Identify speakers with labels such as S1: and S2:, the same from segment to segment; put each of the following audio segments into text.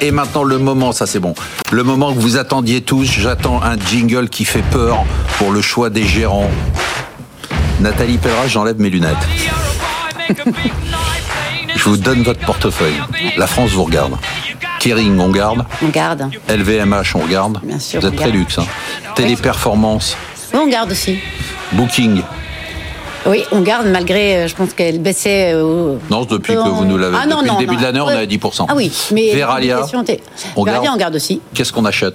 S1: Et maintenant, le moment, ça c'est bon. Le moment que vous attendiez tous, j'attends un jingle qui fait peur pour le choix des gérants. Nathalie Perra, j'enlève mes lunettes. Je vous donne votre portefeuille. La France vous regarde. Kering, on garde.
S2: On garde.
S1: LVMH, on regarde.
S2: Bien sûr,
S1: vous
S2: on
S1: êtes très
S2: garde.
S1: luxe. hein. Téléperformance,
S2: Oui, on garde aussi.
S1: Booking.
S2: Oui, on garde malgré, euh, je pense qu'elle baissait. euh,
S1: Non, depuis
S2: un peu
S1: que
S2: en-
S1: vous nous l'avez.
S2: Ah, non,
S1: depuis
S2: non,
S1: le début
S2: non.
S1: de l'année, on
S2: Ouais.
S1: est à 10%.
S2: Ah oui, mais.
S1: Veralia,
S2: on garde.
S1: on garde.
S2: on garde aussi.
S1: qu'est-ce qu'on achète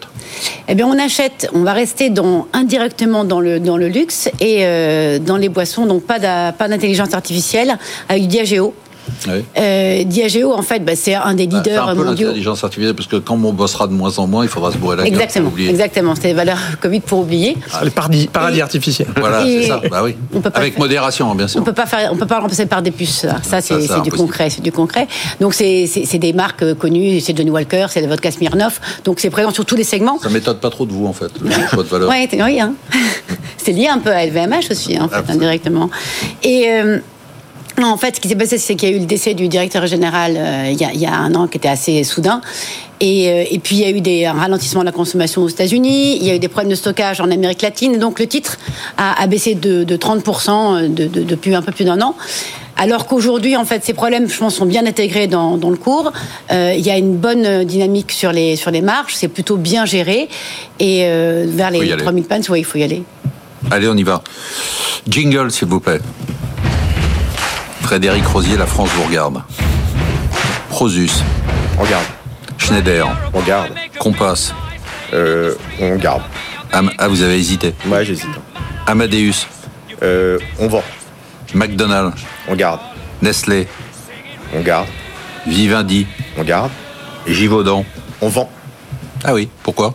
S2: Eh bien, on achète, on va rester dans, indirectement dans le, dans le luxe et euh, dans les boissons, donc pas d'a- pas d'intelligence artificielle, avec Diageo.
S1: Oui.
S2: Euh, Diageo, en fait, bah, c'est un des
S1: Bah, C'est
S2: leaders
S1: un peu
S2: mondiaux.
S1: l'intelligence artificielle, parce que quand on bossera de moins en moins, il faudra se bourrer la gueule.
S2: Exactement,
S1: pour oublier.
S2: exactement. C'est les valeurs comiques pour oublier.
S3: Ah, Les paradis, paradis
S2: Et-
S3: artificiels.
S1: Voilà,
S2: Et-
S1: c'est ça. Bah oui.
S2: On peut pas
S1: Avec
S2: faire-
S1: modération, hein, bien sûr.
S2: On peut pas faire, on peut pas remplacer par des puces. Ça,
S1: c'est
S2: ça, c'est c'est du
S1: impossible.
S2: concret, c'est du concret. Donc c'est- c'est c'est des marques euh, connues, c'est Johnny Walker, c'est le vodka Smirnoff. Donc c'est présent sur tous les segments.
S1: Ça m'étonne pas trop de vous, en fait, le choix de valeur.
S2: Ouais, t'es- oui, hein. c'est lié un peu à LVMH aussi, hein, en fait,
S1: Absolument.
S2: indirectement. Et euh, non, en fait, ce qui s'est passé, c'est qu'il y a eu le décès du directeur général euh, il y, a, il y a un an, qui était assez soudain. Et, euh, et puis, il y a eu des, un ralentissement de la consommation aux États-Unis, il y a eu des problèmes de stockage en Amérique latine. Et Donc, le titre a, a baissé de, de 30% euh, de- de- depuis un peu plus d'un an. Alors qu'aujourd'hui, en fait, ces problèmes, je pense, sont bien intégrés dans, dans le cours. Euh, il y a une bonne dynamique sur les, sur les marges, c'est plutôt bien géré. Et euh, vers
S1: Faut y
S2: les
S1: aller.
S2: 3000 points, oui, il faut y aller.
S1: Allez, on y va. Jingle, s'il vous plaît. Frédéric Rosier, la France vous regarde. Prosus,
S4: On garde.
S1: Schneider,
S4: On garde.
S1: Compass.
S4: Euh, on garde.
S1: Am- ah, vous avez hésité.
S4: Moi, j'hésite. hein.
S1: Amadeus,
S4: Euh, on vend.
S1: McDonald's,
S4: On garde.
S1: Nestlé,
S4: On garde.
S1: Vivendi,
S4: On garde.
S1: Givaudan.
S4: On vend.
S1: Ah oui, pourquoi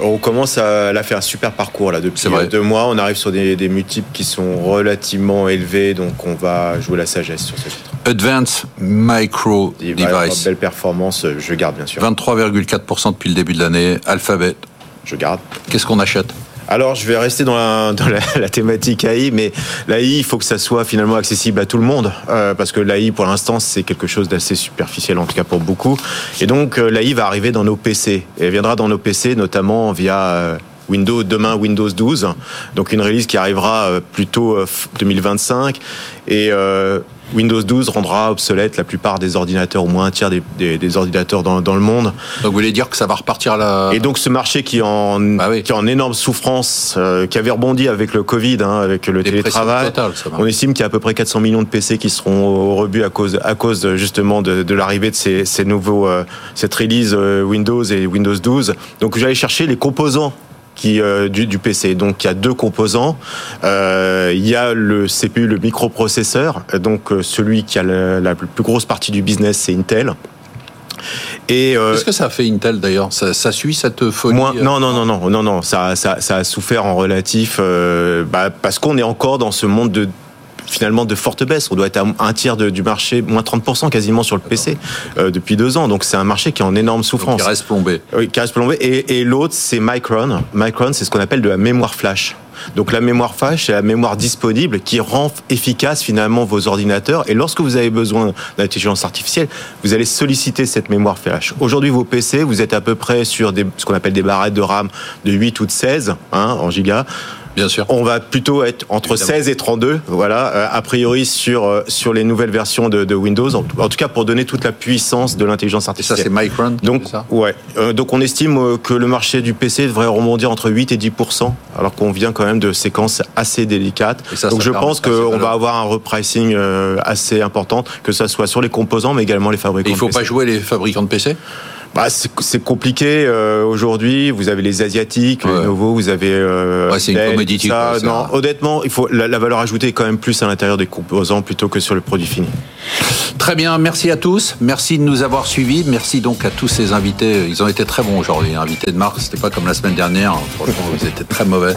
S4: On commence à la faire un super parcours là depuis euh,
S1: C'est vrai.
S4: deux mois. On arrive sur des, des multiples qui sont relativement élevés, donc on va jouer la sagesse sur ce titre.
S1: Advanced Micro
S4: Il va y avoir
S1: Device.
S4: Belle performance, euh, je garde bien sûr.
S1: 23,4% depuis le début de l'année. Alphabet.
S4: Je garde.
S1: Qu'est-ce qu'on achète
S4: Alors, je vais rester dans la, dans la, la thématique AI, mais l'AI, il faut que ça soit finalement accessible à tout le monde, euh, parce que l'AI, pour l'instant, c'est quelque chose d'assez superficiel, en tout cas pour beaucoup. Et donc, euh, l'AI va arriver dans nos PC, et elle viendra dans nos PC, notamment via... euh, Windows demain Windows 12 donc une release qui arrivera euh, plutôt euh, f- 2025 et euh, Windows 12 rendra obsolète la plupart des ordinateurs au moins un tiers des, des- des ordinateurs dans- dans le monde
S1: Donc vous voulez dire que ça va repartir à la...
S4: et donc ce marché qui est en
S1: Ah. Bah oui.
S4: qui est en énorme souffrance, euh, qui avait rebondi avec le Covid, hein, avec le
S1: Dépression
S4: télétravail,
S1: totale, ça va.
S4: on estime qu'il y a à peu près 400 millions de PC qui seront au rebut à cause à cause euh, justement de, de l'arrivée de ces, ces nouveaux euh, cette release euh, Windows et Windows 12. Donc j'allais chercher les composants. Qui, euh, du, du PC. Donc il y a deux composants. Euh, il y a le CPU, le microprocesseur. Donc euh, celui qui a la, la plus grosse partie du business, c'est Intel. Et euh,
S1: Qu'est-ce que ça a fait Intel d'ailleurs ça, ça suit cette folie
S4: Moins-
S1: euh,
S4: non, non, non, non, non, non, ça, ça, ça a souffert en relatif, euh, bah, parce qu'on est encore dans ce monde de finalement de fortes baisses. On doit être à un tiers de- du marché, moins 30% quasiment sur le PC euh, depuis deux ans. Donc c'est un marché qui est en énorme
S1: donc
S4: souffrance.
S1: il reste plombé.
S4: Oui, qui reste plombé. Et, et l'autre, c'est Micron. Micron, c'est ce qu'on appelle de la mémoire flash. Donc la mémoire flash, c'est la mémoire disponible qui rend efficace finalement vos ordinateurs. Et lorsque vous avez besoin d'intelligence artificielle, vous allez solliciter cette mémoire flash. Aujourd'hui, vos PC, vous êtes à peu près sur des, ce qu'on appelle des barrettes de RAM de 8 ou de 16 hein, en giga.
S1: Bien sûr.
S4: On va plutôt être entre
S1: Évidemment.
S4: 16 et 32, voilà, euh, a priori sur, euh, sur les nouvelles versions de, de Windows, en, en tout cas pour donner toute la puissance de l'intelligence
S1: Et ça
S4: artificielle.
S1: c'est Micron qui
S4: Donc,
S1: fait ça
S4: ouais. Euh, donc, on estime euh, que le marché du PC devrait rebondir entre 8 et 10 alors qu'on vient quand même de séquences assez délicates.
S1: Et ça,
S4: donc,
S1: ça
S4: je
S1: permet
S4: pense
S1: de passer
S4: qu'on
S1: valeur.
S4: va avoir un repricing euh, assez important, que ça soit sur les composants, mais également les fabricants.
S1: Et il
S4: de
S1: faut
S4: PC.
S1: pas jouer les fabricants de PC
S4: Bah, c'est c'est compliqué euh, aujourd'hui. Vous avez les asiatiques,
S1: Ouais.
S4: les nouveaux. Vous avez. Euh,
S1: Ouais, c'est une
S4: Dell,
S1: commodity,
S4: tout ça.
S1: quoi, c'est
S4: non,
S1: un-
S4: honnêtement, il faut la, la valeur ajoutée est quand même plus à l'intérieur des composants plutôt que sur le produit fini.
S1: Très bien, merci à tous. Merci de nous avoir suivis. Merci donc à tous ces invités. hein. Ils ont été très bons aujourd'hui. hein. Invités de marque, c'était pas comme la semaine dernière. Franchement, vous étiez très mauvais.